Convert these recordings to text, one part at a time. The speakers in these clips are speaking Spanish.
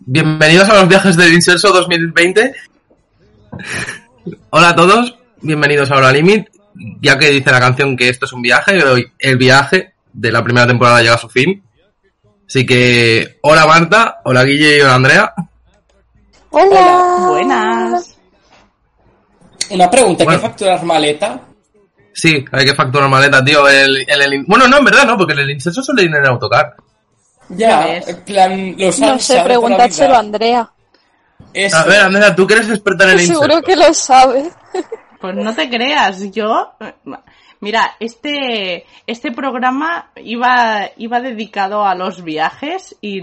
Bienvenidos a los viajes del inserso 2020. Hola a todos, bienvenidos a Hora Limit. Ya que dice la canción que esto es un viaje, hoy el viaje de la primera temporada llega a su fin. Así que, hola Marta, hola Guille y hola Andrea. Hola. Buenas. Una pregunta, ¿qué Bueno. facturas maleta? Sí, hay que facturar maleta, tío. El, el- el- bueno, no, en verdad no, porque el inserso suele ir en autocar. Ya Ya, ves. en plan, los No han sé, usado toda la preguntárselo vida. a Andrea. Eso. A ver, Andrea, tú que eres experta en el inserso. Seguro que lo sabe. Pues no te creas, yo. Mira, este, este programa iba, iba dedicado a los viajes y,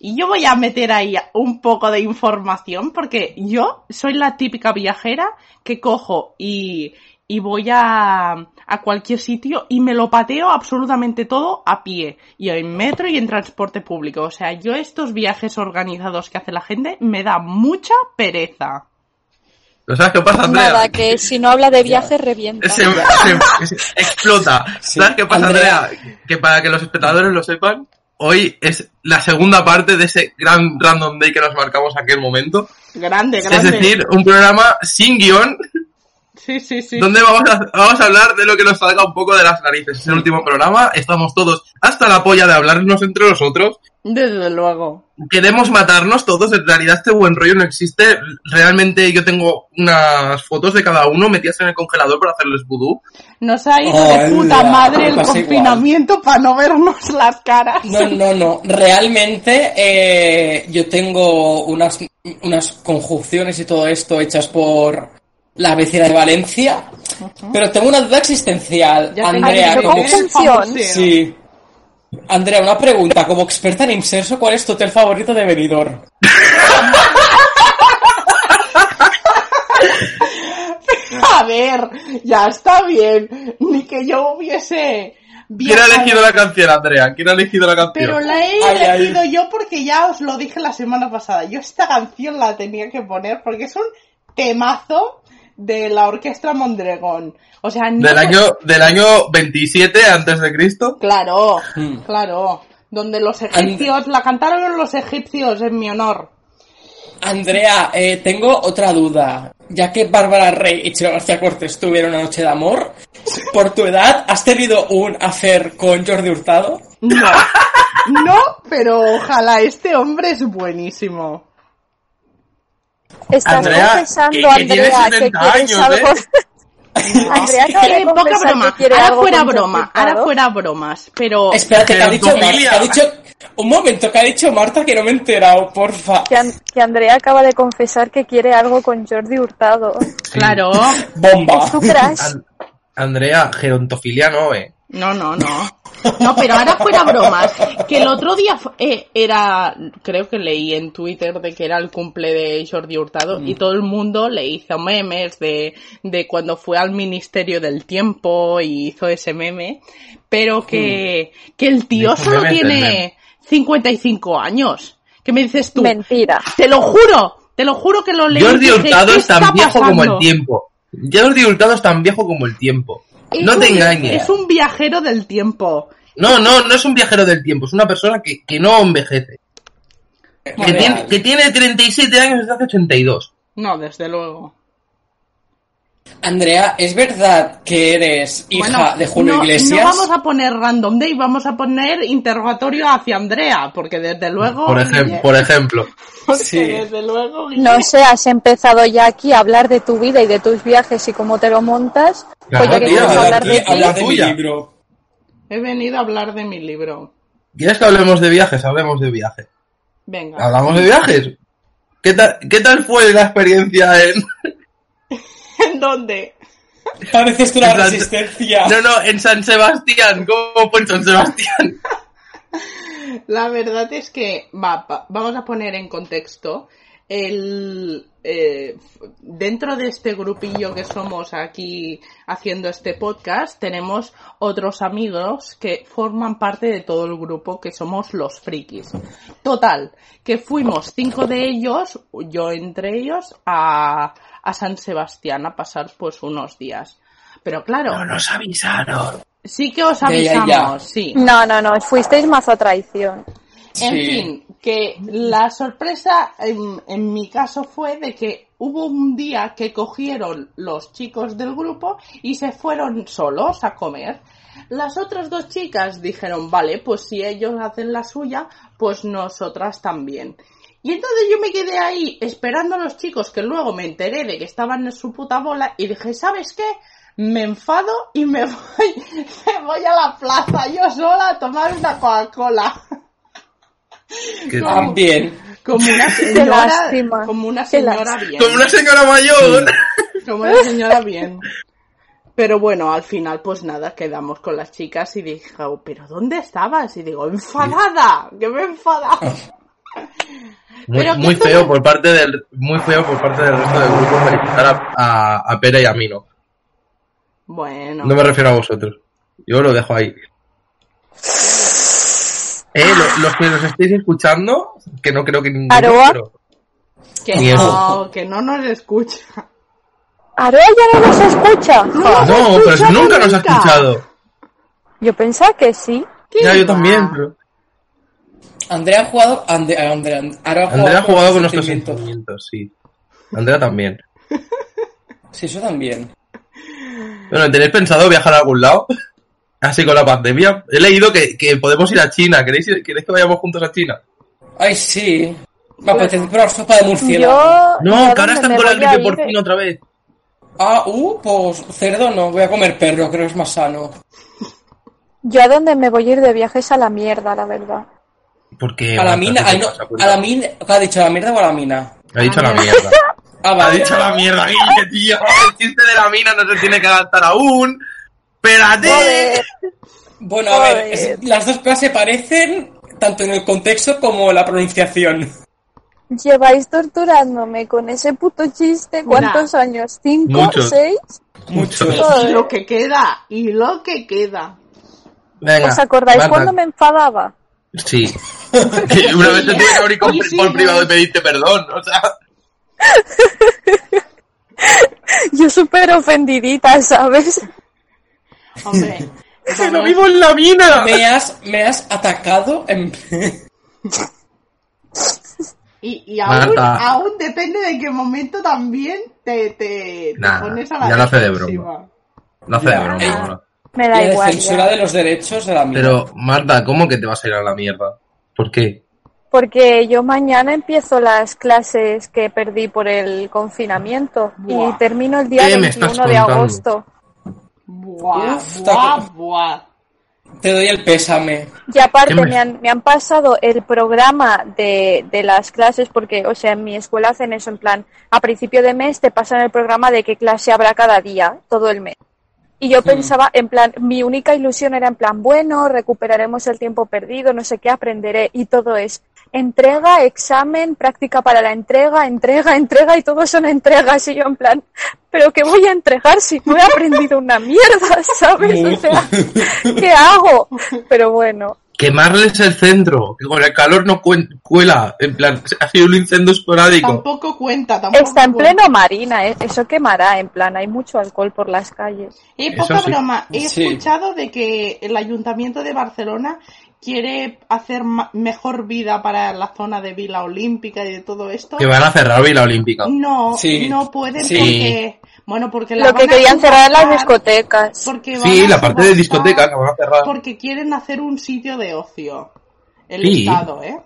y yo voy a meter ahí un poco de información porque yo soy la típica viajera que cojo y, y voy a, a cualquier sitio y me lo pateo absolutamente todo a pie y en metro y en transporte público. O sea, yo estos viajes organizados que hace la gente me da mucha pereza. ¿Lo sabes qué pasa, Andrea? Nada, que si no habla de viajes, revienta. se, se- se- explota. Sí. ¿Sabes qué pasa, Andrea? Andrea. Que para que los espectadores lo sepan, hoy es la segunda parte de ese gran random day que nos marcamos aquel momento. Grande, grande. Es decir, un programa sin guión Sí, sí, sí. donde vamos a, vamos a hablar de lo que nos salga un poco de las narices. Es el último programa, estamos todos hasta la polla de hablarnos entre nosotros. Desde luego. Queremos matarnos todos, en realidad este buen rollo no existe. Realmente yo tengo unas fotos de cada uno metidas en el congelador para hacerles vudú. Nos ha ido Hola, de puta madre el pues igual. confinamiento para no vernos las caras. No, no, no. Realmente eh, yo tengo unas, unas conjunciones y todo esto hechas por la vecina de Valencia, pero tengo una duda existencial, Ya tengo Andrea. dicho que como ¿cómo eres ex- funciona? famosero. Sí. Andrea, una pregunta. Como experta en inserso, ¿cuál es tu hotel favorito de Benidorm? A ver, ya está bien. Ni que yo hubiese... ¿Quién ha viajado. elegido la canción, Andrea? ¿Quién ha elegido la canción? Pero la he Ay, ay. elegido yo porque ya os lo dije la semana pasada. Yo esta canción la tenía que poner porque es un temazo de la orquesta Mondregón. O sea, no Del año, del año 27 antes de Cristo. Claro, Mm. claro. Donde los egipcios, la cantaron los egipcios en mi honor. Andrea, eh, tengo otra duda. Ya que Bárbara Rey y Chelo García Cortés tuvieron una noche de amor, por tu edad, ¿has tenido un hacer con Jordi Hurtado? No, no, pero ojalá este hombre es buenísimo. Estás Andrea, confesando, que- que tiene Andrea, que 70 quieres años, algo. ¿eh? Andrea acaba de Eh, poca confesar broma. que quiere Ahora algo fuera con broma, Jordi ahora Hurtado. fuera bromas, pero Espérate, que ha Oh, Pero dicho Marta, familia. que ha dicho... Un momento, que ha dicho Marta que no me he enterado, porfa. Que, An- que Andrea acaba de confesar que quiere algo con Jordi Hurtado. claro, Bomba. ¿Tú crees? An- Andrea, gerontofilia no, eh. no, no, no. No, pero ahora fuera bromas. Que el otro día fu- eh, era, creo que leí en Twitter de que era el cumple de Jordi Hurtado Mm. y todo el mundo le hizo memes de, de cuando fue al Ministerio del Tiempo y hizo ese meme. Pero que, que el tío Dijo solo memes del meme. tiene 55 años. ¿Qué me dices tú? Mentira. Te lo juro, te lo juro que lo leí. Jordi dije, Hurtado ¿qué es tan está viejo como el pasando? tiempo. Jordi Hurtado es tan viejo como el tiempo. Es No te un- engañes. Es un viajero del tiempo. No, no, no es un viajero del tiempo, es una persona que, que no envejece. Que Real. tiene, que tiene 37 años desde hace 82. No, desde luego. Andrea, ¿es verdad que eres hija Bueno, de Julio no, Iglesias? No vamos a poner random day, vamos a poner interrogatorio hacia Andrea, porque desde luego. Por, ejem- por ejemplo. porque Sí. desde luego. No Guille- sé, has empezado ya aquí a hablar de tu vida y de tus viajes y cómo te lo montas. Claro, pues ya que tío, quieres hablar hablar de aquí, ti, hablar de mi Tuya. libro. He venido a hablar de mi libro. ¿Quieres que hablemos de viajes? Hablemos de viajes. Venga. Hablamos de viajes. ¿Qué tal, qué tal fue la experiencia en, ¿En dónde? Pareces una Exacto. resistencia. No, no, en San Sebastián. ¿Cómo fue en San Sebastián? La verdad es que va, va- vamos a poner en contexto el eh, f- dentro de este grupillo que somos aquí haciendo este podcast tenemos otros amigos que forman parte de todo el grupo que somos los frikis. Total, que fuimos cinco de ellos, yo entre ellos, a, a San Sebastián a pasar pues unos días. Pero claro, nos avisaron. sí que os Ya, ya, avisamos, ya. sí. No, no, no, fuisteis mazo a traición. En Sí. fin, que la sorpresa en, en mi caso fue de que hubo un día que cogieron los chicos del grupo y se fueron solos a comer. Las otras dos chicas dijeron, vale, pues si ellos hacen la suya, pues nosotras también. Y entonces yo me quedé ahí esperando a los chicos que luego me enteré de que estaban en su puta bola y dije, ¿sabes qué? Me enfado y me voy, me voy a la plaza yo sola a tomar una Coca-Cola. Que- Vamos. También. Como una señora, lástima. como una Qué señora lástima. bien. Como una señora mayor. Como una señora bien. Pero bueno, al final pues nada, quedamos con las chicas y dijo, pero ¿dónde estabas? Y digo, enfadada, que me he Ah. enfadado. Muy, Pero que muy esto- feo por parte del, muy feo por parte del resto del grupo felicitar a, a, a Pera y a mí no. Bueno, No me refiero a vosotros. Yo lo dejo ahí. Eh, lo- los que nos estéis escuchando, que no creo que ninguno, Aroa. pero- que ni no, que no nos escucha. Aroa ya no nos escucha. Jo. No, pero si nunca nos ha nunca. escuchado. Yo pensaba que sí. Ya, yo va? también, pero... Andrea ha jugado. Ande- Andrea, Aroa Andrea ha jugado con nuestros sentimientos. sentimientos, sí. Andrea también. Sí, eso también. Bueno, ¿tenéis pensado viajar a algún lado? Así con la pandemia. He leído que, que podemos ir a China. ¿Queréis, ir- ¿Queréis que vayamos juntos a China? Ay, sí. Va, pues te probar sopa de murciélago. Yo. No, yo que ahora donde están me con la voy a gripe ir- porcina otra vez. Ah, uh, pues cerdo no. Voy a comer perro, creo que es más sano. Yo a donde me voy a ir de viaje es a la mierda, la verdad. Porque a la mina. ay, no, a la mina. ¿Qué ha dicho? ¿A la mierda o a la mina? Ha dicho la Ah, no. mierda. Ah, Ha vale. dicho la mierda, Guille, tío. El chiste de la mina no se tiene que adaptar aún. ¡Espérate! Bueno, a ver. Joder. es- las dos cosas se parecen tanto en el contexto como en la pronunciación. Lleváis torturándome con ese puto chiste. ¿Cuántos años? ¿Cinco? Muchos. ¿Seis? Mucho. Joder. Y lo que queda, y lo que queda. Venga, ¿Os acordáis Marta. cuando me enfadaba? Sí. Que una vez te tuve que abrir con- Sí, sí, por no. privado y pedirte perdón. O sea, Yo súper ofendidita, ¿sabes? Hombre, que lo vamos. mismo en la mina. Me has, me has atacado en. Y, y aún, Marta. aún depende de qué momento también te, te, te Nah, pones a la ya lo hace de defensiva. No hace de broma Eh. ahora. Me da la igual. defensora ya. de los derechos de la mina. Pero, Marta, ¿cómo que te vas a ir a la mierda? ¿Por qué? Porque yo mañana empiezo las clases que perdí por el confinamiento Buah. y termino el día ¿Qué me estás 21 de contando? agosto. Buah, Uf, buah, está- buah. Te doy el pésame. Y aparte ¿Qué me... me- han, me han pasado el programa de, de las clases, porque, o sea, en mi escuela hacen eso en plan, a principio de mes te pasan el programa de qué clase habrá cada día, todo el mes. Y yo pensaba, en plan, mi única ilusión era en plan, bueno, recuperaremos el tiempo perdido, no sé qué, aprenderé, y todo es entrega, examen, práctica para la entrega, entrega, entrega, y todo son entregas, y yo en plan, pero ¿qué voy a entregar si no he aprendido una mierda, ¿sabes? O sea, ¿qué hago? Pero bueno. Quemarles el centro, que con el calor no cuen- cuela. En plan, ha sido un incendio esporádico. Tampoco cuenta, tampoco Está en cuenta. pleno marina, ¿eh? eso quemará, en plan, hay mucho alcohol por las calles. Y Eso poca sí. broma, he Sí. escuchado de que el Ayuntamiento de Barcelona quiere hacer ma- mejor vida para la zona de Vila Olímpica y de todo esto. Que van a cerrar hoy la Olímpica. No, Sí. no pueden Sí. porque... Bueno, porque la Lo que van a querían cerrar las subastar, discotecas. porque Sí, van a la parte de subastar, discoteca que van a cerrar. Porque quieren hacer un sitio de ocio. El Sí. Estado, ¿eh?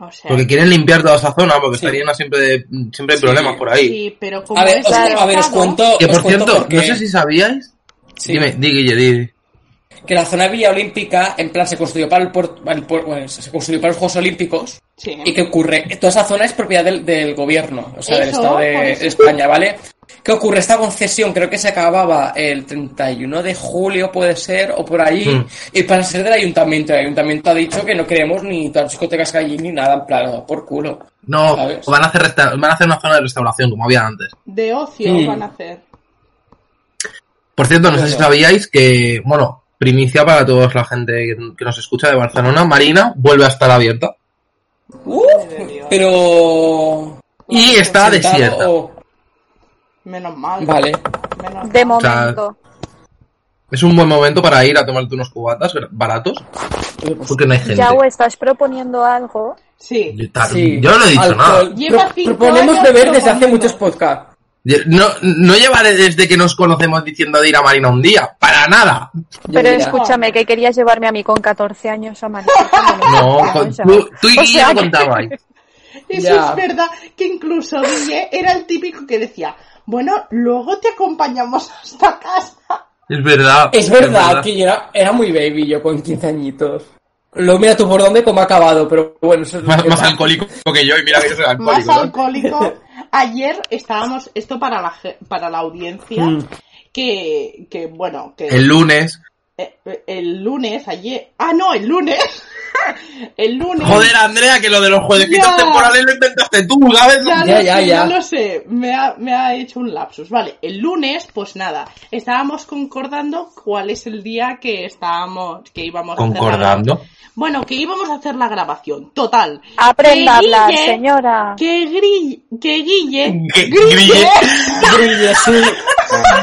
O sea, Porque quieren limpiar toda esa zona, porque Sí. estaría llena siempre de, siempre hay Sí. problemas por ahí. sí, pero como A ver, es os, el a ver, os Estado- cuento. Que os por cuento cierto, porque- no sé si sabíais. sí, Dime, di Guille, di. Que la zona de Villa Olímpica, en plan, se construyó para, el puer- para el puer- bueno, se construyó para los Juegos Olímpicos. Sí. ¿Y qué ocurre? Toda esa zona es propiedad del, del gobierno, o sea, del Eso, Estado por de eso. España, ¿vale? ¿Qué ocurre? Esta concesión creo que se acababa el 31 de julio, puede ser, o por allí, Mm. y para ser del ayuntamiento. El ayuntamiento ha dicho que no queremos ni todas las discotecas que hay allí ni nada, en plan, por culo. No, ¿Sabes? van a, hacer resta- van a hacer una zona de restauración, como había antes. de ocio Sí. van a hacer. Por cierto, no sé si Bueno. sabíais que, bueno, primicia para toda la gente que nos escucha de Barcelona, Marina vuelve a estar abierta ¡Uh! de Dios. Pero... y está ¿sentado desierta. o- Menos mal. Vale. Menos De mal. sea, momento. Es un buen momento para ir a tomarte unos cubatas baratos. pues, Porque no hay gente. Yao, ¿estás proponiendo algo? Sí. Yo, tal- Sí. yo no he dicho Alcohol. nada. Lleva Pro- cinco proponemos años beber desde hace proponiendo. muchos podcasts. Yo- No, no llevaré desde que nos conocemos diciendo de ir a Marina un día. Para nada. Yo Pero diría. escúchame, que querías llevarme a mí con 14 años a Madrid. pues, No, con- tú, tú y O Guille sea no que- contabais. Eso Ya. es verdad, que incluso Guille era el típico que decía, bueno, luego te acompañamos hasta casa. Es verdad. Es verdad que yo era, era muy baby yo con 15 añitos. Lo mira tú por dónde como ha acabado, pero bueno, eso es lo Más, que más pasa. alcohólico que yo y mira que yo soy alcohólico. Más ¿no? alcohólico. Ayer estábamos, esto para la, ge- para la audiencia, Mm. que, que bueno, que El lunes. eh, eh, el lunes, ayer, ah no, el lunes, el lunes. Joder, Andrea, que lo de los jueguitos Ya. temporales lo inventaste tú, ¿sabes? Ya, Ya, lo ya, sé, ya. lo sé, me ha, me ha hecho un lapsus. Vale, el lunes, pues nada, estábamos concordando cuál es el día que estábamos, que íbamos a hacer. la grabación. Concordando. Bueno, que íbamos a hacer la grabación, total. Aprenda a Que hablar, Guille- señora. Que, Gri- que Guille... Que- Guille. Grille, sí.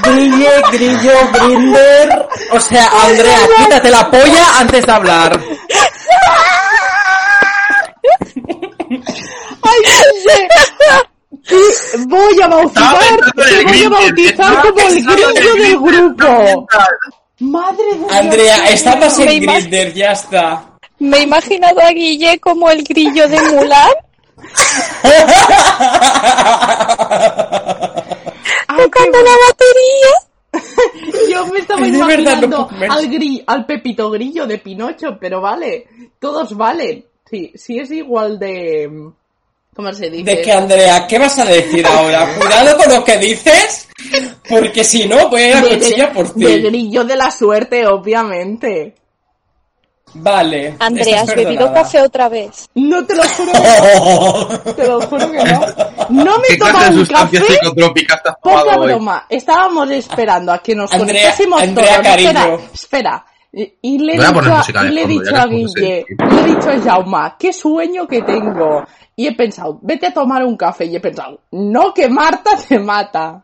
Grille, grillo, grinder. O sea, Andrea, quítate la polla antes de hablar. ¡Ay, Guille! Te Voy a Estaba bautizar, pensando en el te voy a Grindr, bautizar estaba como el pensando en el grillo del Grindr, no grupo. mientas. Madre de Dios. Andrea, qué estabas Me en imag- grinder, ya está. Me he imaginado a Guille como el grillo de Mulan. Ah, tocando la batería. Yo me estaba Es de verdad, no imaginando puedo creer. al, gri- al Pepito Grillo de Pinocho, pero vale, todos valen. Sí, sí es igual de... ¿Cómo se dice? ¿De qué, Andrea? ¿Qué vas a decir ahora? Cuidado con lo que dices, porque si no, voy a ir a De- de- cuchilla por de ti. Grillo de la Suerte, obviamente. Vale. Andrea, estás ¿has bebido perdonada. café otra vez? No te lo juro que no, te lo juro que no. No me he Oh, ¿Qué clase de tomado un sustancias café, psicotrópicas te has poca tomado hoy? broma. Estábamos esperando a que nos Andrea- conectásemos Andrea, todos. Espera, cariño. espera. Y, y le he Voy a dicho poner a, música de y le he fondo, ya dicho que a es como se dice. Guille, le he dicho a Jauma, qué sueño que tengo. Y he pensado, vete a tomar un café. Y he pensado, no que Marta se mata.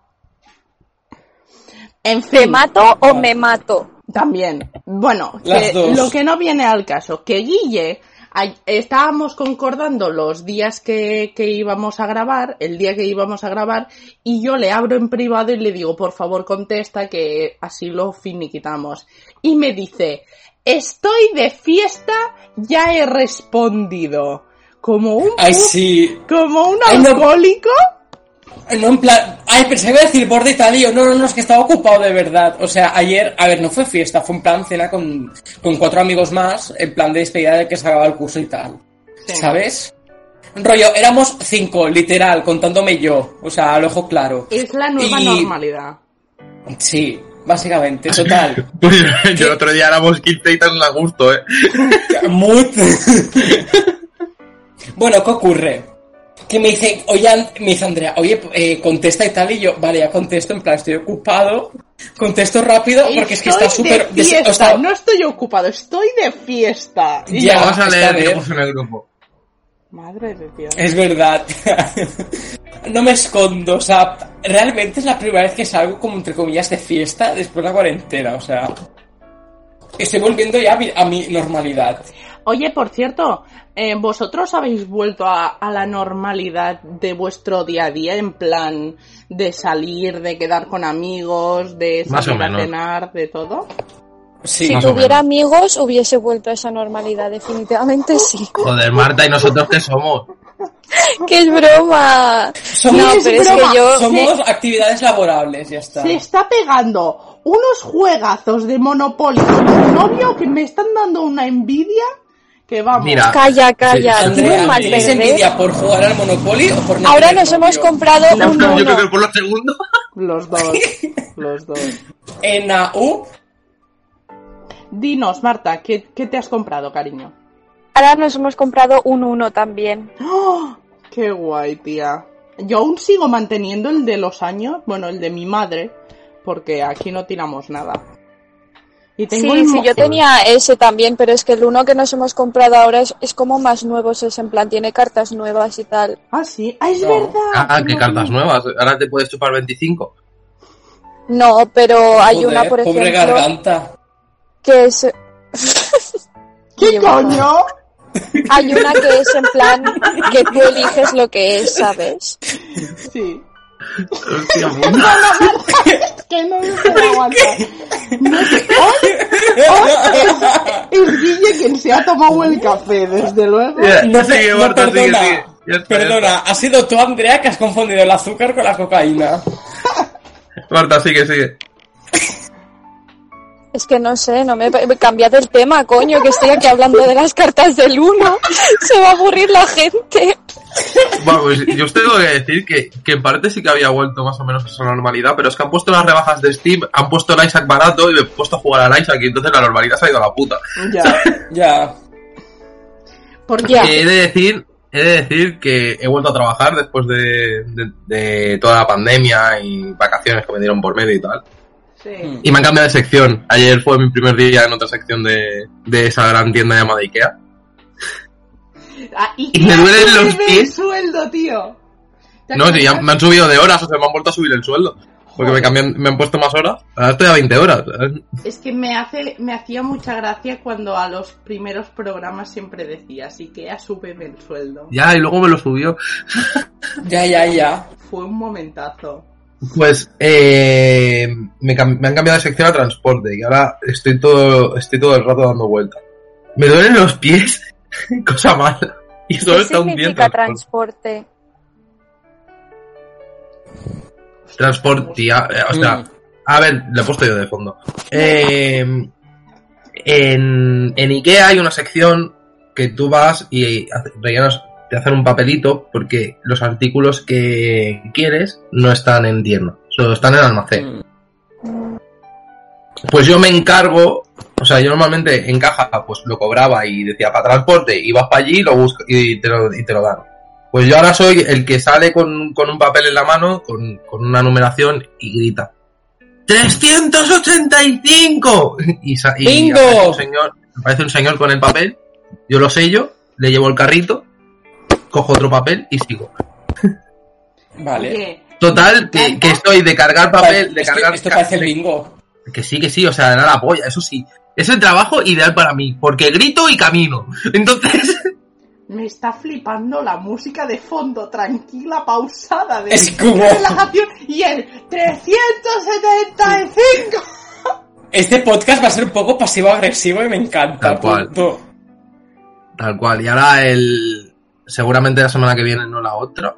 En ¿Te fin, mato o me mato? también. Bueno, Las que dos. lo que no viene al caso, que Guille, ay- estábamos concordando los días que, que íbamos a grabar, el día que íbamos a grabar, y yo le abro en privado y le digo, por favor, contesta, que así lo finiquitamos. Y me dice, estoy de fiesta, ya he respondido. Como un, Ay, sí. como un Ay, no. alcohólico. No, en plan. Ay, pensé que iba a decir bordita, tío. No, no, no, es que estaba ocupado de verdad. O sea, ayer, a ver, no fue fiesta, fue en plan cena con, con cuatro amigos más, en plan de despedida de que se acababa el curso y tal. ¿Sabes? Rollo, éramos cinco, literal, contándome yo. O sea, al ojo claro. Es la nueva Y- normalidad. Sí, básicamente, total. Pues yo el otro día éramos 15 y tan a gusto, ¿eh? Mut. bueno, ¿qué ocurre? Que me dice, oye, An- me dice Andrea, oye, eh, contesta y tal, y yo, vale, ya contesto, en plan, estoy ocupado, contesto rápido, porque es que está Estoy súper... de des- fiesta, o sea, no estoy ocupado, estoy de fiesta. Y Ya, Vamos a está leer bien. digamos, en el grupo. Madre de Dios. Es verdad. no me escondo, o sea, realmente es la primera vez que salgo como entre comillas de fiesta después de la cuarentena, o sea... Estoy volviendo ya a mi, a mi normalidad. Oye, por cierto, eh, ¿vosotros habéis vuelto a, a la normalidad de vuestro día a día en plan de salir, de quedar con amigos, de Más salir o a menos. cenar, de todo? Sí. si más o tuviera menos. amigos, hubiese vuelto a esa normalidad, definitivamente sí. Joder, Marta, ¿y nosotros qué somos? ¡Qué es broma! Somos- no, pero es broma, que yo... Somos actividades laborables, ya está. Se está pegando unos juegazos de Monopoly con tu novio que me están dando una envidia que vamos. Mira. Calla, calla, Sí, tiene Andrea, un mal ¿tienes verde. envidia por jugar al Monopoly o por no Ahora tener nos hemos novio? comprado Yo un creo uno. que por lo segundo. Los dos. Los dos. En la U, Dinos, Marta, ¿qué, qué te has comprado, cariño? Ahora nos hemos comprado un uno también. Ah, ¡Oh! ¡Qué guay, tía! Yo aún sigo manteniendo el de los años, bueno, el de mi madre, porque aquí no tiramos nada. Y tengo Sí, el sí, mo- yo tenía ese también, pero es que el uno que nos hemos comprado ahora es, es como más nuevo, es en plan, tiene cartas nuevas y tal. Ah, sí, ah, es No. verdad. Ah, qué No, cartas no. nuevas. Ahora te puedes chupar 25. No, pero hay una, Joder, por pobre ejemplo, garganta. que es... ¿Qué coño? Hay una que es en plan que tú eliges lo que es, ¿sabes? Sí. Hostia puta. Que no se puede aguantar. No sé. ¡Oh! ¡Oh! Es Guille quien se ha tomado el café, desde luego. Ya, No, sigue, te- no, Marta, sigue, perdona. sigue. Ya está, ya Perdona, ha sido tú, Andrea, que has confundido el azúcar con la cocaína. está. Marta, sigue, sigue. Es que no sé, no me... Cambiad el tema, coño, que estoy aquí hablando de las cartas del uno. Se va a aburrir la gente. Vamos, pues, yo os tengo que decir que, que en parte sí que había vuelto más o menos a la normalidad, pero es que han puesto las rebajas de Steam, han puesto el Isaac barato y me he puesto a jugar al Isaac y entonces la normalidad se ha ido a la puta. Ya. Ya. Porque Ya. Que he de decir, he de decir que he vuelto a trabajar después de, de- de toda la pandemia y vacaciones que me dieron por medio y tal. Sí. Y me han cambiado de sección. Ayer fue mi primer día en otra sección de, de esa gran tienda llamada Ikea. Ah, y Y me duelen sube los pies. el sueldo, tío. ¿Te No, tío, ya acuerdas? me han subido de horas, o sea, me han vuelto a subir el sueldo. Porque me, cambian, me han puesto más horas. Ahora estoy a 20 horas. ¿sabes? Es que me hace, me hacía mucha gracia cuando a los primeros programas siempre decía, así que ya súbeme el sueldo. Ya, y luego me lo subió. Ya, ya, ya. Fue un momentazo. Pues eh, me, cam- me han cambiado de sección a transporte y ahora estoy todo, estoy todo el rato dando vueltas. Me duelen los pies, cosa mala. Y solo ¿Qué está un día en significa transporte. transporte? Transporte, tía, eh, o sea, Mm. a ver, lo he puesto yo de fondo. Eh, en, en Ikea hay una sección que tú vas y hace- rellenas, te hacen un papelito porque los artículos que quieres no están en tienda, solo están en almacén. Mm. Pues yo me encargo, o sea, yo normalmente en caja pues lo cobraba y decía para transporte, y vas para allí y lo busca- y te lo, y te lo dan. Pues yo ahora soy el que sale con, con un papel en la mano, con, con una numeración y grita. ¡385! Y, sa- y ¡Bingo! aparece un señor, aparece un señor con el papel, yo lo sello, le llevo el carrito, cojo otro papel y sigo. Vale. Oye, Total, que, que estoy de cargar papel, de Esto- cargar... esto parece el de- bingo. que sí, que sí, o sea, era la polla, eso sí. Es el trabajo ideal para mí, porque grito y camino. Entonces, me está flipando la música de fondo, tranquila, pausada, de Es como- relajación. Y el 375. Este podcast va a ser un poco pasivo-agresivo y me encanta. Tal cual. punto. tal cual, y ahora el. Seguramente la semana que viene, no la otra.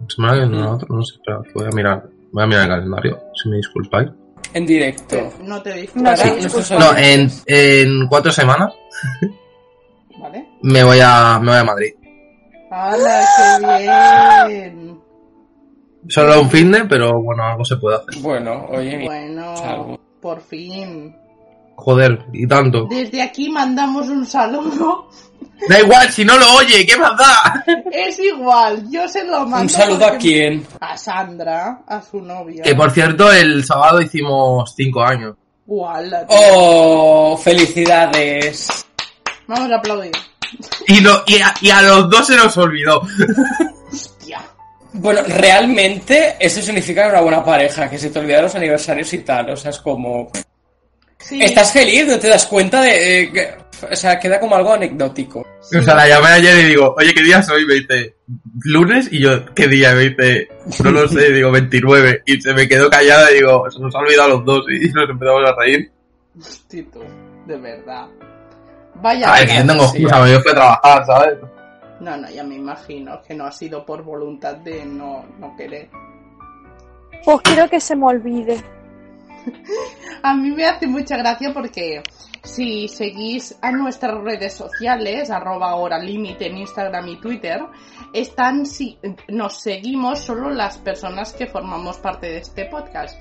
La semana que viene, no la otra, no sé, espera, que voy a mirar. Voy a mirar el calendario, si me disculpáis. En directo. No te digo. No Para sé, nuestros No, oyentes. en, en cuatro semanas ¿Vale? me voy a, me voy a Madrid. ¡Hala, qué bien! Solo un fin de, pero bueno, algo se puede hacer. Bueno, oye, mira, Bueno, Salvo. por fin. Joder, y tanto. Desde aquí mandamos un saludo. Da igual, si no lo oye, ¿qué más da? Es igual, yo se lo mando. un saludo Eh, porque- a quién. A Sandra, a su novia. Que por cierto, el sábado hicimos cinco años. Guala, tío. Oh, felicidades. Vamos a aplaudir. Y, no, y, a, y a los dos se nos olvidó. Hostia. Bueno, realmente eso significa una buena pareja, que se te olvidan los aniversarios y tal. O sea, es como... Sí, Estás feliz, no te das cuenta de... eh, que- o sea, queda como algo anecdótico. O sea, la llamé ayer y digo, oye, ¿qué día soy? Y Me dice, lunes. Y yo, ¿qué día? Y Me dice, no lo sé. Y digo, 29. Y se me quedó callada y digo, se nos ha olvidado a los dos. Y nos empezamos a reír. Tito, de verdad. Vaya. Ay, que yo tengo sí, excusa, me dio que trabajar, ¿sabes? No, no, ya me imagino que no ha sido por voluntad de no, no querer. Pues quiero que se me olvide. A mí me hace mucha gracia porque si seguís a nuestras redes sociales, arroba ahora límite en Instagram y Twitter, están si nos seguimos solo las personas que formamos parte de este podcast.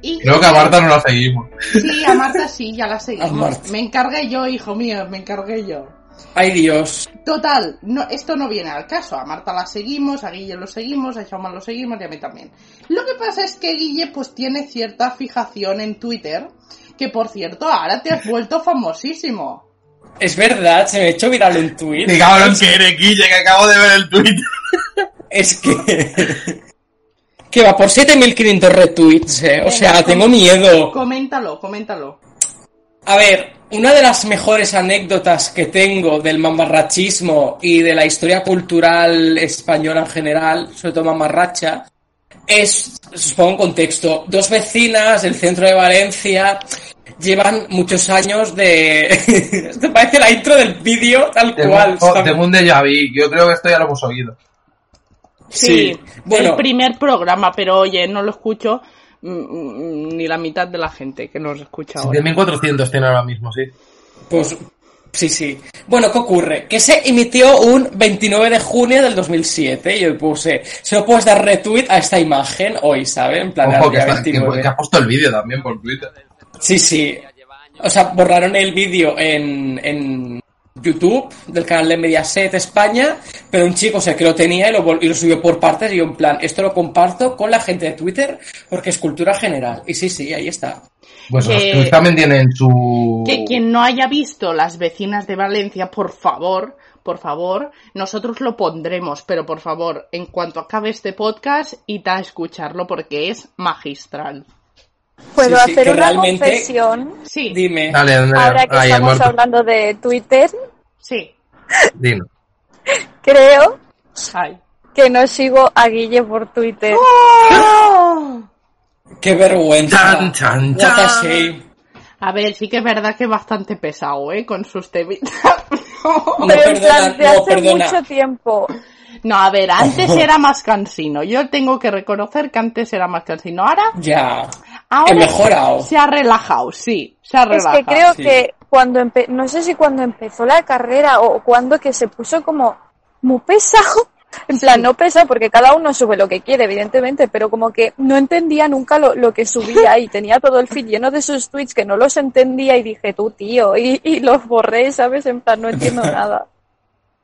Y Creo que a Marta no la seguimos. Sí, a Marta sí, ya la seguimos. A Marta. Me encargué yo, hijo mío, me encargué yo. Ay, Dios. Total, no, esto no viene al caso. A Marta la seguimos, a Guille lo seguimos, a Jaume lo seguimos y a mí también. Lo que pasa es que Guille pues tiene cierta fijación en Twitter, que por cierto, ahora te has vuelto famosísimo. Es verdad, se me ha hecho viral un tuit. Ni cabrón que eres, Guille, que acabo de ver el tweet. Es que... que va por 7.500 retweets, eh. O Venga, sea, com- tengo miedo. Coméntalo, coméntalo. A ver, una de las mejores anécdotas que tengo del mamarrachismo y de la historia cultural española en general, sobre todo mamarracha, es, os pongo en contexto, dos vecinas del centro de Valencia llevan muchos años de... Esto parece la intro del vídeo tal Tengo, cual. oh, está- tengo un déjà vu. Yo creo que esto ya lo hemos oído. Sí. Bueno. El primer programa, pero oye, no lo escucho mm, mm, ni la mitad de la gente que nos escucha ahora. 7.400 tiene ahora mismo, sí. Pues sí, sí. Bueno, ¿qué ocurre? Que se emitió un 29 de junio del 2007 y yo puse, se lo puedes dar retweet a esta imagen hoy, ¿sabes? En plan, Ojo, que, al día está- que- 29. que ha puesto el vídeo también por Twitter. Pues Sí, sí. O sea, borraron el vídeo en, en YouTube del canal de Mediaset España, pero un chico, o sea, que lo tenía y lo, vol- y lo subió por partes y yo en plan, esto lo comparto con la gente de Twitter porque es cultura general. Y sí, sí, ahí está. Pues los Que- tweets también tienen su... Que quien no haya visto Las vecinas de Valencia, por favor, por favor, nosotros lo pondremos, pero por favor, en cuanto acabe este podcast, id a escucharlo porque es magistral. ¿Puedo Sí, sí, hacer que una realmente- confesión? Sí, Dime. Dale, Andrea. Ahora que Ahí, el estamos muerto. hablando de Twitter, sí. Dino. creo Ay. que no sigo a Guille por Twitter. Oh, Qué vergüenza. Chan, chan, What a chan. shame. A ver, sí que es verdad que es bastante pesado, ¿eh? Con sus temitas. No, Pero en plan, perdona, de no, hace perdona. mucho tiempo. No, a ver, antes era más cansino. Yo tengo que reconocer que antes era más cansino. Ahora, Ya. ahora He mejorado. se ha relajado, sí, se ha Es relajado. que creo sí. que cuando empe- no sé si cuando empezó la carrera o cuando que se puso como muy pesado. En plan, no pesado porque cada uno sube lo que quiere, evidentemente, pero como que no entendía nunca lo, lo que subía y tenía todo el feed lleno de sus tweets que no los entendía y dije, tú tío, y, y los borré, ¿sabes? En plan, no entiendo nada.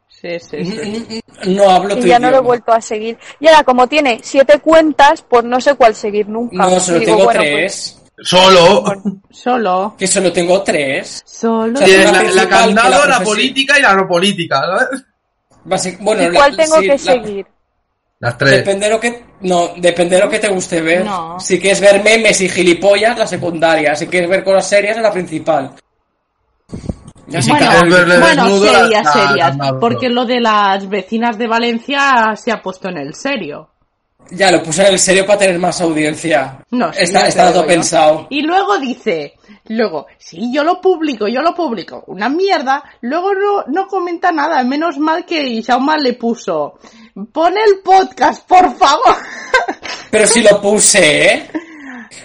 Sí, sí, sí. No hablo Y tu ya no lo he idioma. vuelto a seguir. Y ahora, como tiene siete cuentas, pues no sé cuál seguir nunca. No, solo Digo, tengo bueno, pues, tres. Solo. Solo, Que solo tengo tres. solo. Sí, Tienes la la, la principal candado, que la la, profesi- política y la no política. ¿sabes? Basi- bueno, pues, ¿Y cuál la- tengo sí, que la- seguir? Las tres. Depende de lo que. No, depende de lo que te guste ver. No. Si quieres ver memes y gilipollas, la secundaria. Si quieres ver cosas serias, la principal. Ya Y si se Bueno, quieres acabó. verle bueno, desnudo, la- la- serias, la serias. mando. Porque lo de las vecinas de Valencia se ha puesto en el serio. Ya lo puse en el serio para tener más audiencia. No, sí, ya está, te está digo todo yo. pensado. Y luego dice, luego, sí, yo lo publico, yo lo publico, una mierda, luego no, no comenta nada, menos mal que Jaume le puso, pon el podcast, por favor. Pero si lo puse, ¿eh?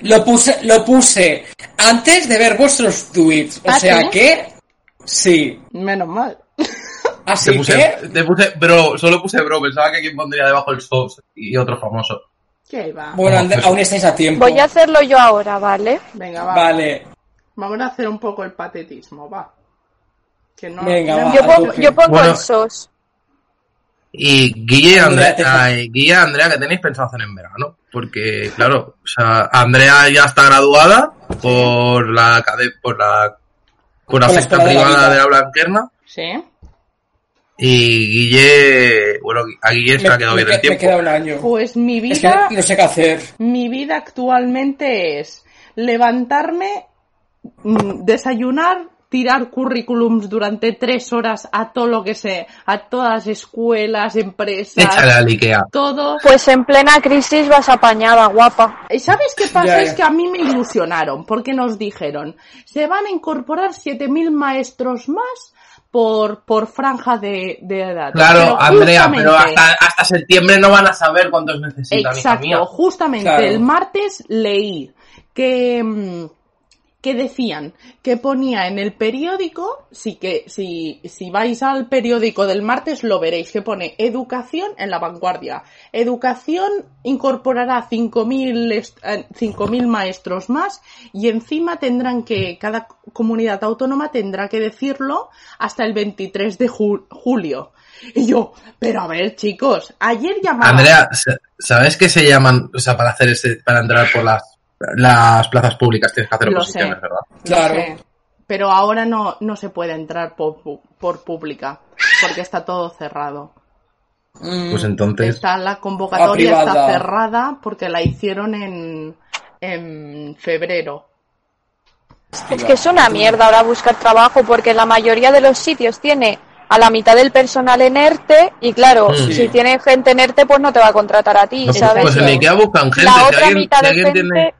Lo puse, lo puse antes de ver vuestros tweets. O ¿Ah, sea sí? que. Sí. Menos mal. Te Así que. puse, te puse bro, solo puse bro, pensaba que quien pondría debajo el sos y otro famoso. ¿Qué va? Bueno, No, ande- pues- aún estáis a tiempo. Voy a hacerlo yo ahora, ¿vale? Venga, va. Vale. Vamos a hacer un poco el patetismo, va. Que no, Venga, no- va. Yo Ah, pongo, tú, yo pongo bueno. el SOS. Y Guille y Andrea, Andrea, te fa- ay, Guille y Andrea, ¿qué tenéis pensado hacer en verano? Porque, claro, o sea, Andrea ya está graduada por la cade- por la, por la Por la secta escuela de la privada vida. de la Blanquerna. ¿Sí? Y Guille, bueno, a Guille se le ha quedado me, bien el que- me tiempo. queda un año. Pues mi vida... Es que no sé qué hacer. Mi vida actualmente es levantarme, mm, desayunar, tirar currículums durante tres horas a todo lo que sé, a todas escuelas, empresas, Échale al Ikea. todo. Pues en plena crisis vas apañada, guapa. ¿Y ¿Sabes qué pasa? Ya, ya. Es que a mí me ilusionaron, porque nos dijeron, se van a incorporar 7.000 maestros más por, por franja de, de edad. Claro, Pero Andrea, pero justamente- hasta, hasta septiembre no van a saber cuántos necesitan, hija mía. Exacto, justamente Claro. el martes leí que, mm, que decían que ponía en el periódico, sí que si, si vais al periódico del martes lo veréis, que pone educación en la vanguardia. Educación incorporará 5.000 est- eh, 5.000 maestros más y encima tendrán que, cada comunidad autónoma tendrá que decirlo hasta el 23 de ju- julio. Y yo, pero a ver chicos, ayer llamaba... Andrea, sa- ¿sabes qué se llaman? O sea, para hacer ese, para entrar por las, las plazas públicas tienes que hacer Lo oposiciones, sé. ¿verdad? No Claro. sé. Pero ahora no, no se puede entrar por, pu- por pública, porque está todo cerrado. Mm, Pues entonces, Está la convocatoria La está privada. cerrada porque la hicieron en, en febrero. Es que es una mierda ahora buscar trabajo porque la mayoría de los sitios tiene a la mitad del personal en ERTE y claro, Mm. si Sí. tiene gente en ERTE pues no te va a contratar a ti, no, pues, ¿sabes? pues en Ikea buscan gente. la si otra alguien- mitad si de alguien gente... tiene-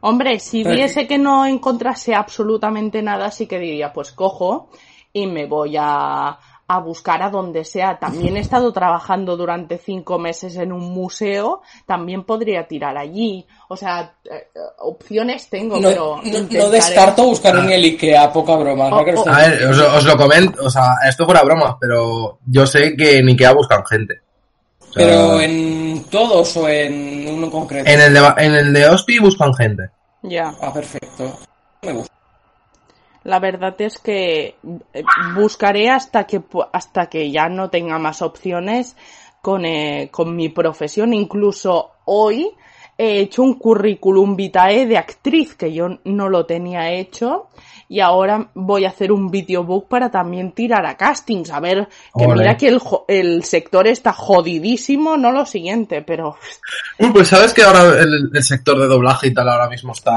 Hombre, si Pero- viese que no encontrase absolutamente nada, sí que diría, pues cojo y me voy a, a buscar a donde sea. También he estado trabajando durante cinco meses en un museo, también podría tirar allí. O sea, eh, eh, opciones tengo, No, pero... no- no intentaré- Oh, descarto buscar Ah. en el Ikea, poca broma. ahora que lo A estoy ver, os, os lo comento, o sea, esto fuera broma, pero yo sé que en Ikea buscan gente. O sea, Pero eh, en todos o en uno en concreto. Ah. en el de, Ba- en el de Hospi buscan gente. Ya. Ah, perfecto. Me gusta. La verdad es que eh, buscaré hasta que pu- hasta que ya no tenga más opciones con, eh, con mi profesión. Incluso hoy he hecho un currículum vitae de actriz que yo no lo tenía hecho y ahora voy a hacer un videobook para también tirar a castings. A ver, que Ole. mira que el, jo- el sector está jodidísimo, no lo siguiente, pero Uy, pues sabes que ahora el, el sector de doblaje y tal ahora mismo está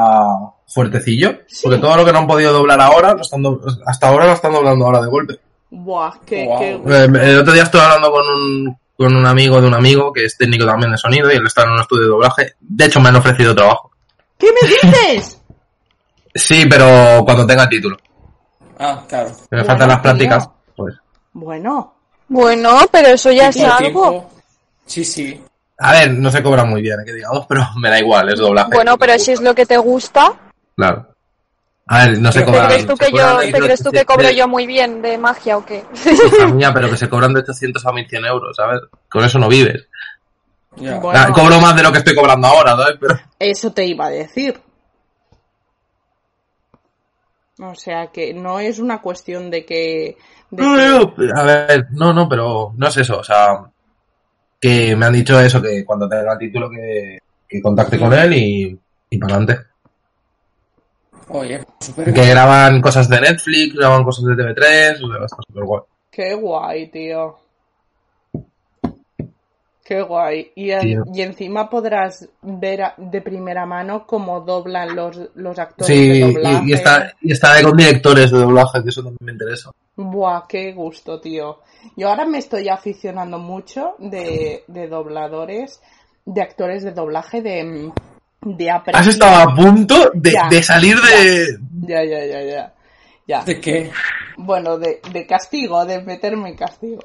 fuertecillo. Porque todo lo que no han podido doblar ahora, lo están do- hasta ahora lo están doblando ahora de golpe. buah, que, Guau. que- Eh, El otro día estuve hablando con un, con un amigo de un amigo que es técnico también de sonido y él está en un estudio de doblaje. De hecho, me han ofrecido trabajo. ¿Qué me dices? Sí, pero cuando tenga título. Ah, claro. Me Bueno, faltan las prácticas. tío. Pues. Bueno, Bueno, pero eso ya es Por algo. tiempo. Sí, sí. A ver, no se cobra muy bien, eh, que digamos, pero me da igual, es doblaje. Bueno, pero si es lo que te gusta, Claro. A ver, no se ¿Te ¿te cobran. crees tú se que yo, cobran te entre crees tú que 800 cobro de- yo muy bien de magia o qué? hija mía, pero que se cobran de 800 a 1100 euros, ¿sabes? Con eso no vives. Ya. Bueno. Ah, Cobro más de lo que estoy cobrando ahora, ¿sabes? Pero... Eso te iba a decir. O sea que no es una cuestión de que. de No, que- no, no, a ver, no, no, pero no es eso, o sea, que me han dicho eso, que cuando tenga el título que, que contacte con él y, y para adelante. Oye, pues, súper Que graban cosas de Netflix, graban cosas de TV3, o sea, está súper guay. Qué guay, tío. Qué guay. Y, Tío. y encima podrás ver a- de primera mano cómo doblan los, los actores Sí, de y, doblaje. y está, y está con directores de doblaje, que eso también me interesa. Buah, qué gusto, tío. Yo ahora me estoy aficionando mucho de, de dobladores, de actores de doblaje, de, de Has aprender. estado a punto de, Ya, de salir de... Ya, ya, ya, ya. Ya. ¿De qué? Bueno, de, de castigo, de meterme en castigo.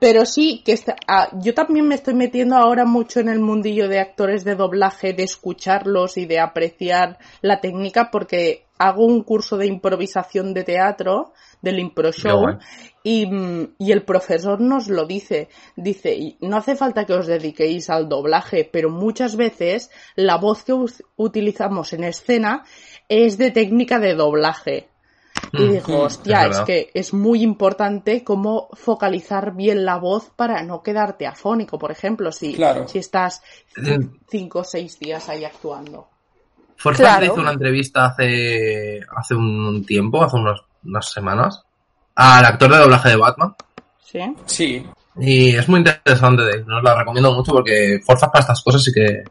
Pero sí, que está- ah, yo también me estoy metiendo ahora mucho en el mundillo de actores de doblaje, de escucharlos y de apreciar la técnica, porque hago un curso de improvisación de teatro, del impro show, guay. y, mm, y el profesor nos lo dice. Dice, "Y no hace falta que os dediquéis al doblaje, pero muchas veces la voz que us- utilizamos en escena es de técnica de doblaje. Y Mm, dijo, mm, hostia, es es, verdad. que es muy importante cómo focalizar bien la voz para no quedarte afónico, por ejemplo, si, Claro. si estás Mm. cinco o seis días ahí actuando. Forza Claro. le hizo una entrevista hace, hace un tiempo, hace unas, unas semanas, al actor de doblaje de Batman. ¿Sí? Sí. Y es muy interesante, de- no os la recomiendo mucho porque Forza para estas cosas sí que...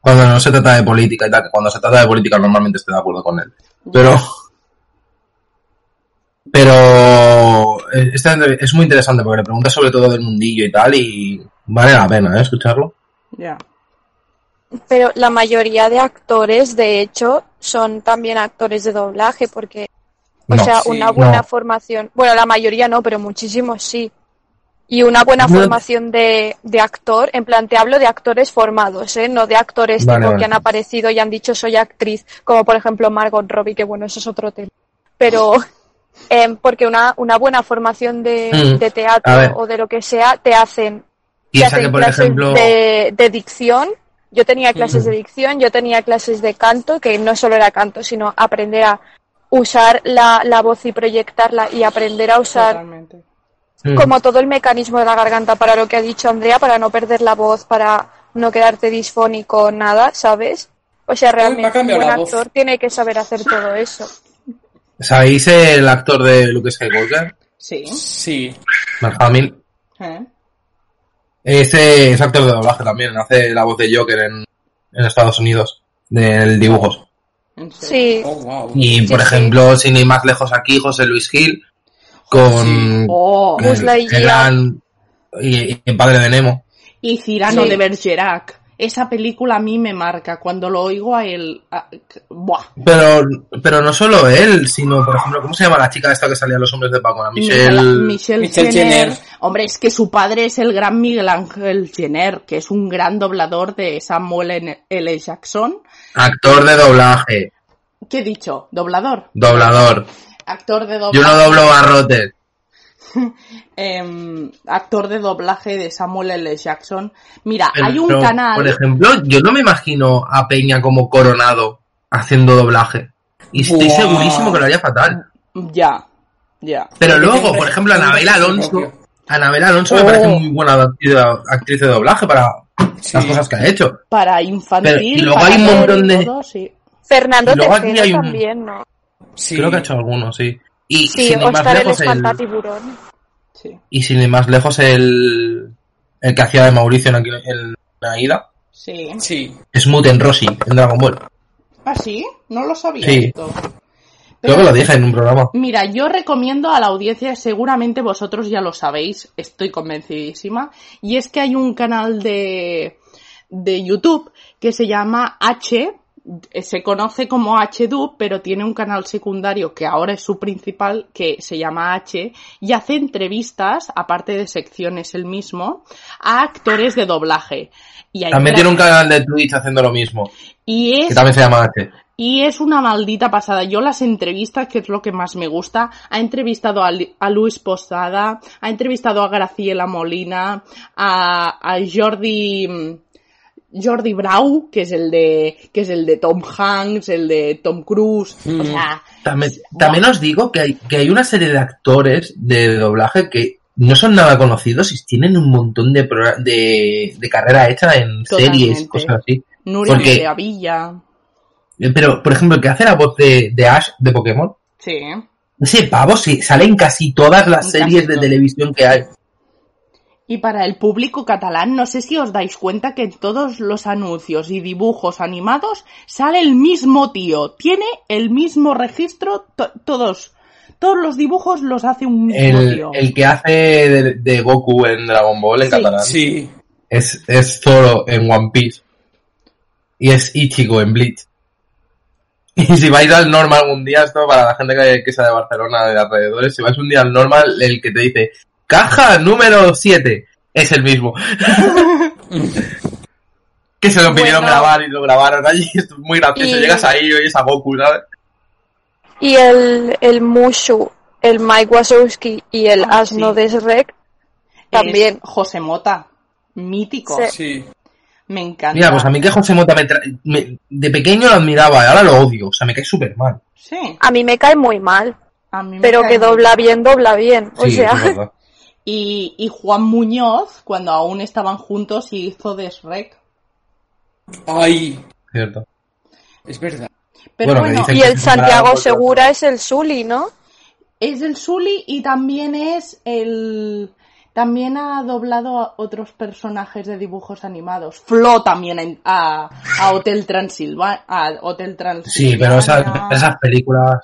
Cuando no se trata de política y tal, que cuando se trata de política normalmente estoy de acuerdo con él. Pero... Pero... eh, esta entrev- es muy interesante porque le pregunta sobre todo del mundillo y tal y vale la pena ¿eh? escucharlo. Ya. Pero la mayoría de actores, de hecho, son también actores de doblaje, porque, o No, sea, sí, una buena no. formación, bueno, la mayoría no, pero muchísimos sí. Y una buena No. formación de, de actor, en plan, te hablo de actores formados, ¿eh? No de actores Vale, tipo vale. que han aparecido y han dicho soy actriz, como por ejemplo Margot Robbie, que bueno, eso es otro tema. Pero, em, porque una, una buena formación de, Mm. de A ver. teatro o de lo que sea te hacen que Piensa hacen que, por clases ejemplo... de, de dicción. Yo tenía clases de dicción, yo tenía clases de canto, que no solo era canto, sino aprender a usar la, la voz y proyectarla y aprender a usar Totalmente. Mm. como todo el mecanismo de la garganta para lo que ha dicho Andrea, para no perder la voz, para no quedarte disfónico, nada, ¿sabes? O sea, me ha realmente un cambiado buen la voz. actor tiene que saber hacer todo eso. ¿Sabéis el actor de Luke Skywalker? Sí. Sí. Mark Hamill. ¿Eh? Ese es actor de doblaje también, hace la voz de Joker en, en Estados Unidos, del dibujos. En serio. Sí, Oh, wow. Y por Sí, sí. ejemplo, sin ir más lejos aquí, José Luis Gil, con Sí. Oh, con Buzz Lightyear. Elan y, y el padre de Nemo. y Cirano Sí. de Bergerac. Esa película a mí me marca. Cuando lo oigo a él. a- buah. Pero, pero no solo él, sino, por ejemplo, ¿cómo se llama la chica esta que salía en los hombres de Paco? La Michelle. Michelle, Michelle Jenner. Jenner. Hombre, es que su padre es el gran Miguel Ángel Jenner, que es un gran doblador de Samuel N- L. Jackson. Actor de doblaje, ¿Qué he dicho? ¿Doblador? doblador. Actor de doblaje. Yo no doblo barrotes. em, actor de doblaje de Samuel L. Jackson. Mira, Pero, hay un Por canal. ejemplo, yo no me imagino a Peña como coronado haciendo doblaje. Y estoy Buah. segurísimo que lo haría fatal. Ya, ya. Pero Tiene luego, un- por ejemplo, tiene un Anabel perfil Alonso. propio. Anabel Alonso me Oh. parece muy buena actriz de- actriz de doblaje para Sí. las cosas que ha hecho. Para Pero- infantil. y luego para hay un todo y montón de- todo, sí. Fernando Y luego aquí hay Tejero un- también, ¿no? Sí. Creo que ha hecho algunos, sí. Y Sí, sin ir más Oscar el lejos, el, espantatiburón. sí. y sin ir más lejos el, el que hacía de Mauricio en, aquí, en Aida Sí. Sí. es Muten Rossi en Dragon Ball. ¿Ah, sí? No lo sabía Sí. esto. Creo Pero- que lo dije en un programa. Mira, yo recomiendo a la audiencia, seguramente vosotros ya lo sabéis, estoy convencidísima, y es que hay un canal de, de YouTube que se llama H, eh, se conoce como HDub, pero tiene un canal secundario que ahora es su principal, que se llama H, y hace entrevistas, aparte de secciones el mismo, a actores de doblaje. Y, hay También tra- tiene un canal de Twitch haciendo lo mismo, y es que también se llama H. y es una maldita pasada. Yo las entrevistas, que es lo que más me gusta, ha entrevistado a, Li- a Luis Posada, ha entrevistado a Graciela Molina, a, a Jordi, mm, Jordi Brau, que es el de, que es el de Tom Hanks, el de Tom Cruise, o Mm. sea, También, también os digo que hay, que hay una serie de actores de doblaje que no son nada conocidos y tienen un montón de, pro- de, de carrera hecha en series Totalmente. y cosas así. Nuria Porque- de Avilla. Eh, Pero, por ejemplo, el que hace la voz de, de Ash de Pokémon, Sí. ese pavo sí, sale en casi todas las En series casi de todas. televisión que hay. Y para el público catalán, no sé si os dais cuenta que en todos los anuncios y dibujos animados sale el mismo tío. Tiene el mismo registro to- todos. Todos los dibujos los hace un mismo El, tío. el que hace de, de Goku en Dragon Ball en Sí. catalán Sí. es, es Zoro en One Piece y es Ichigo en Bleach. Y si vais al normal un día, esto para la gente que, que sea de Barcelona, de alrededores, si vais un día al normal, el que te dice caja número 7 es el mismo. que se lo pidieron Bueno. grabar y lo grabaron allí. Esto es muy gracioso. Y- Llegas ahí y oyes a Goku, ¿sabes? Y el, el Mushu, el Mike Wazowski y el Ah, asno sí. de Shrek también. Es José Mota. Mítico. Sí. Sí. Me encanta. Mira, pues a mí que José Mota me tra- me- de pequeño lo admiraba, y ahora lo odio. O sea, me cae súper mal. Sí. A mí me cae muy mal, a mí me pero cae que muy dobla bien, dobla bien. O Sí, sea, es verdad. Y, y Juan Muñoz, cuando aún estaban juntos, hizo de Shrek. Ay. Cierto. Es verdad. Pero Bueno, que bueno, dicen y el Santiago Bravo, Segura es el Sully, ¿no? Es el Sully y también es el. También ha doblado a otros personajes de dibujos animados. Flo también en- a, a Hotel Transilvania. A Hotel Transilvania. Sí, Ah. pero esas, esas películas.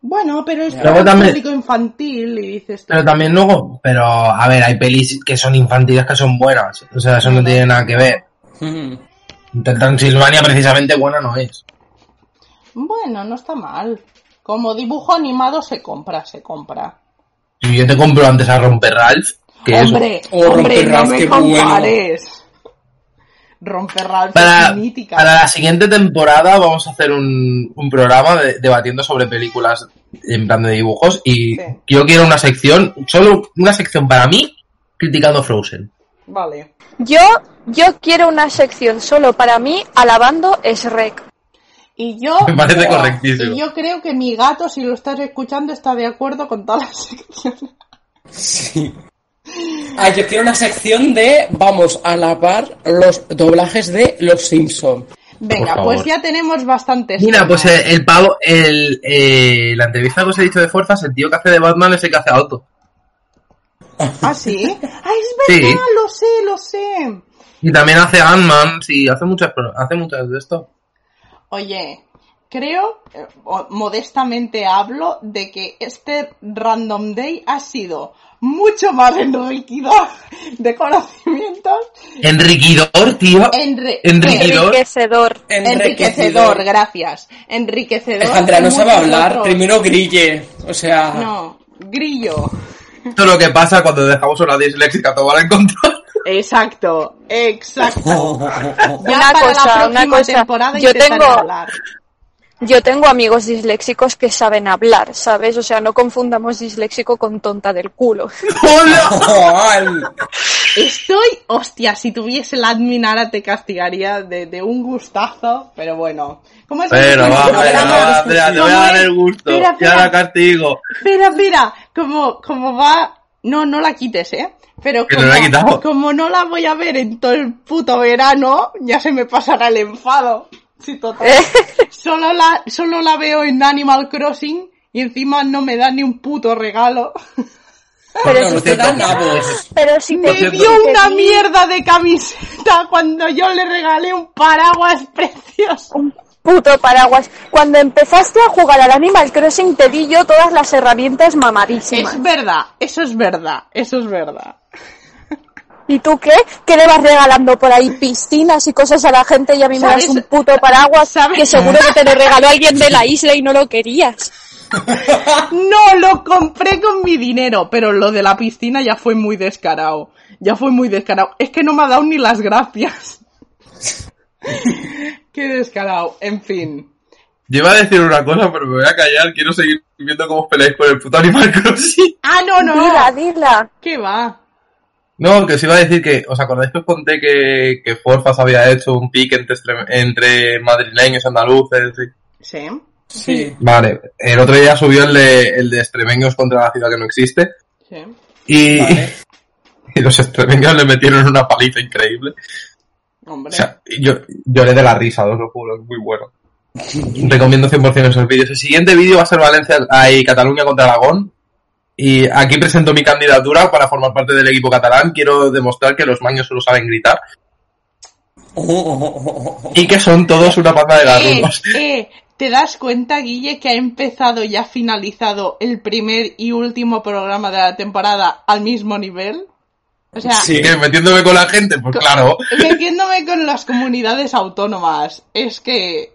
Bueno, pero es Luego para un también- público infantil y dices. tú, Pero también luego, pero a ver, hay pelis que son infantiles que son buenas. O sea, eso no tiene nada que ver. Mm. Hotel Transilvania precisamente buena no es. Bueno, no está mal. Como dibujo animado se compra, se compra. Si yo te compro antes a Romper Ralph, que es Hombre, Oh, hombre, no Romperralph, me qué bueno. compares. Romperralph Para, es mítica. para la siguiente temporada vamos a hacer un, un programa de- debatiendo sobre películas en plan de dibujos y Sí. yo quiero una sección, solo una sección para mí, criticando Frozen. Vale. Yo, yo quiero una sección solo para mí alabando Shrek. Y yo. Me parece Buah, correctísimo. Y Oh, yo creo que mi gato, si lo estás escuchando, está de acuerdo con todas las secciones. Sí. Ah, yo quiero una sección de vamos a lavar los doblajes de Los Simpson. Venga, Por pues favor. ya tenemos bastantes. Mira, temas. pues eh, el, pavo, el, eh, la entrevista que os he dicho de fuerzas, el tío que hace de Batman es el que hace auto. Ah, sí. Ah, es Sí. verdad, lo sé, lo sé. Y también hace Ant-Man, sí, hace muchas, pro- hace muchas de esto. Oye, creo, eh, o- modestamente hablo, de que este Random Day ha sido mucho más enriquidor de conocimientos. Enriquidor, tío. Enri- Enrique- Enriquecedor. Enriquecedor, gracias. Enriquecedor. Alejandra no en sabe muchos hablar, otros. primero grille. O sea, No, grillo. Esto es lo que pasa cuando dejamos a la disléxica tomar el control. Exacto, exacto. Ya Una para cosa, la una próxima cosa. temporada Yo intentaré tengo- hablar. Yo tengo amigos disléxicos que saben hablar, ¿sabes? O sea, no confundamos disléxico con tonta del culo. ¡Hola! Joder. Estoy, hostia, si tuviese la admin ahora te castigaría de, de un gustazo, pero bueno. ¿Cómo es Pero el va, programa? pero va, espera, te voy a ¿Cómo dar es? el gusto. Espera, Y ahora espera, castigo. espera, espera, como, como va, no, no la quites, eh. Pero Que como, no la he quitado. como no la voy a ver en todo el puto verano, ya se me pasará el enfado. Sí, total. Solo la, solo la veo en Animal Crossing y encima no me da ni un puto regalo. Pero no, si no te te dan dan- nabos. Pero si Me cierto. dio una te- mierda de camiseta cuando yo le regalé un paraguas precioso. un puto paraguas. Cuando empezaste a jugar al Animal Crossing te di yo todas las herramientas mamadísimas. Es verdad, eso es verdad, eso es verdad. ¿Y tú qué? ¿Qué le vas regalando por ahí piscinas y cosas a la gente y a mí me das ¿Sabes? un puto paraguas ¿Sabes? que seguro que te lo regaló alguien de la isla y no lo querías? No lo compré con mi dinero, pero lo de la piscina ya fue muy descarado. Ya fue muy descarado. Es que no me ha dado ni las gracias. Qué descarado, en fin. Yo iba a decir una cosa, pero me voy a callar. Quiero seguir viendo cómo os peleáis por el puto Animal Crossing. Ah, no, Dila, no. dila. ¿Qué va? No, que os iba a decir que, ¿os acordáis que os conté que, que Forfas había hecho un pique entre, extrem- entre madrileños, andaluces? y- ¿Sí? Sí. Vale, el otro día subió el de, el de extremeños contra la ciudad que no existe ¿Sí? y, Vale. y los extremeños le metieron una paliza increíble. O Hombre. Eh, sea, yo lloré de la risa, os lo juro, es muy bueno. Recomiendo 100% esos vídeos. El siguiente vídeo va a ser Valencia y Cataluña contra Aragón. Y aquí presento mi candidatura para formar parte del equipo catalán. Quiero demostrar que los maños solo saben gritar Oh, y que son todos una panda de Eh, garrulos. eh, ¿Te das cuenta, Guille, que ha empezado y ha finalizado el primer y último programa de la temporada al mismo nivel? O sea, Sí. que metiéndome con la gente, pues claro. metiéndome con las comunidades autónomas. Es que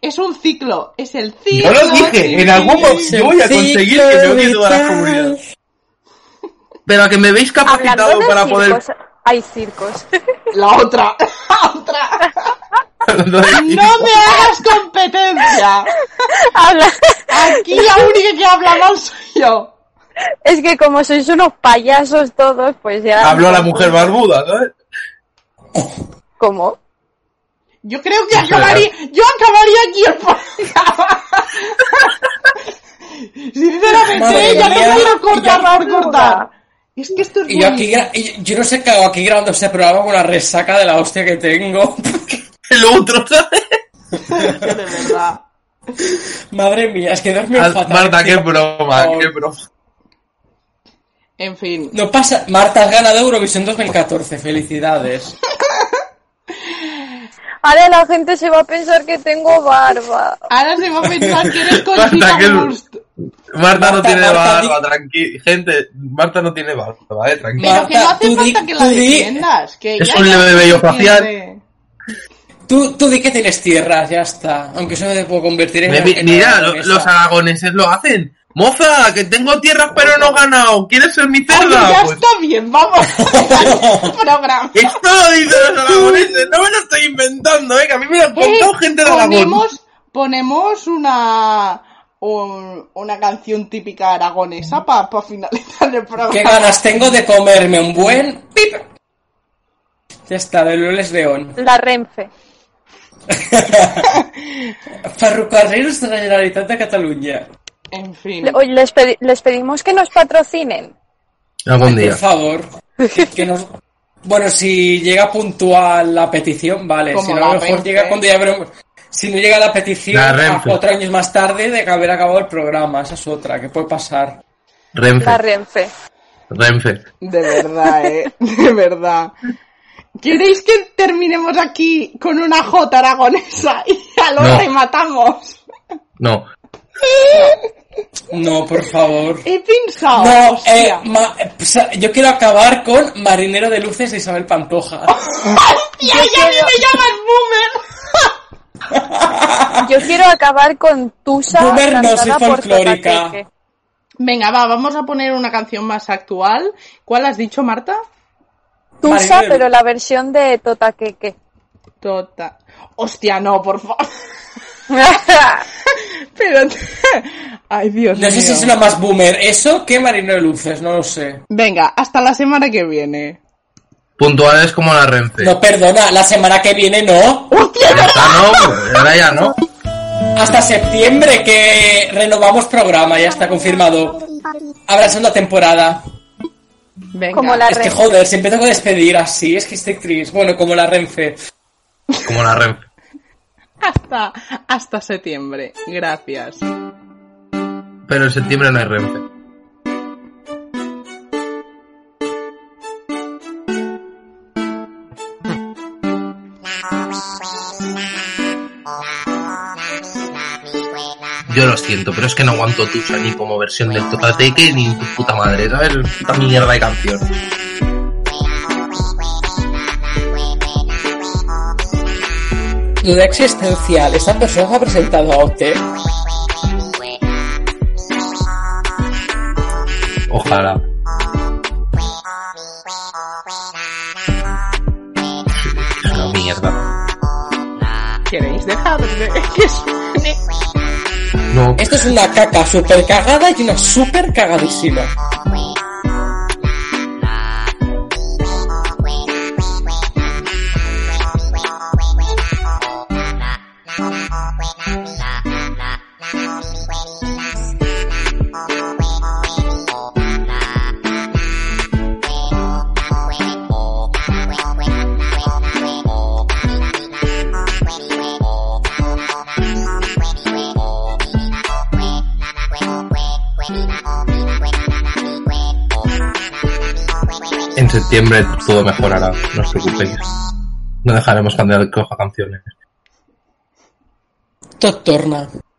es un ciclo, es el Yo ciclo. lo dije, sin en algún fin. momento yo voy a conseguir que me odie toda la comunidad. Pero a que me veis capacitado Hablando de para poder... circos, hay circos. La otra, la otra. Hablando de- No me hagas competencia. Habla- Aquí la única que habla mal soy yo. Es que como sois unos payasos todos, pues ya... Habló la mujer barbuda, ¿sabes? ¿Cómo? Yo creo que acabaría. Yo acabaría aquí el programa. Sinceramente, Madre ella mía. no quiero cortar, Ya por cortar. Es que esto es Y yo muy- aquí, gra- y yo no sé qué hago aquí grabando este programa con la resaca de la hostia que tengo. El otro, ¿sabes? de verdad. Madre mía, es que dormí Ah, fatal. Marta, qué broma, Oh. qué broma. En fin. No pasa. Marta has ganado Eurovisión 2014, felicidades. Ahora la gente se va a pensar que tengo barba. Ahora se va a pensar que eres Marta, Conchita qué- Wurst. Marta no Marta, tiene Marta, barba, tranqui... Gente, Marta no tiene barba, eh, tranqui. Pero que no Marta, hace tú di- falta que la tú di- defiendas. Que Es ya- un ya leve se vello entiende. facial. Tú, tú di que tienes tierras, ya está. Aunque eso no te puedo convertir en. Me- una Mira, en lo- esa. los aragoneses lo hacen. Moza, que tengo tierras pero no he ganado. ¿Quieres ser mi Oye, ya cerda? Pues, está bien, vamos a dejar el programa. esto lo dicen los aragoneses. No me lo estoy inventando, eh, que a mí me lo ha contado Eh, gente de Aragón. ponemos, ponemos una un- una canción típica aragonesa para finalizar el programa. ¿Qué ganas tengo de comerme un buen pip? Ya está, de Lules León. La Renfe. Ferrocarriles de la Generalitat de Cataluña. En fin. Le- oye, les, pedi- les pedimos que nos patrocinen. Algún Por favor. Que nos... Bueno, si llega puntual la petición, vale. Como si no, la a lo mejor Renfe. llega cuando ya habremos... Si no llega la petición, La a Renfe. cuatro años más tarde de que haber acabado el programa. Esa es otra, que puede pasar. Renfe. La Renfe. Renfe. De verdad, eh. De verdad. ¿Queréis que terminemos aquí con una J aragonesa y ya lo No. rematamos? No. No, por favor. He pensado. No, eh, hostia. ma- eh, psa- yo quiero acabar con Marinero de Luces de Isabel Pantoja. Oh, ¡Hostia, ya ni me llamas boomer! Yo quiero acabar con Tusa. Boomer no, cantada Ah. soy por folclórica. Tocateque. Venga, va, vamos a poner una canción más actual. ¿Cuál has dicho, Marta? Tusa, Marinero. pero la versión de Totaqueque. Tota. Hostia, no, por favor. Pero. Ay, Dios mío. No sé si es lo más boomer eso que Marinero de Luces, no lo sé. Venga, hasta la semana que viene. Puntuales como la Renfe. No, perdona, la semana que viene no. Ya está, no. Ahora ya no. Hasta septiembre que renovamos programa, ya está confirmado. Habrá segunda temporada. Venga. Como la Es que red. joder, si empiezo a despedir así, es que estoy triste. Bueno, como la Renfe. Como la Renfe. Hasta, hasta septiembre. Gracias. Pero en septiembre no hay Renfe. Yo lo siento, pero es que no aguanto Tusa ni como versión del Tocateque ni tu puta madre, ¿sabes? Es puta mierda de canción. Duda existencial. Esta persona ha presentado a usted. Ojalá. Es una mierda. ¿Queréis dejar de que suene? No, Esto es una caca super cagada y una super cagadísima. en septiembre todo mejorará, no os preocupéis. No dejaremos cambiar coja canciones. Tot torna.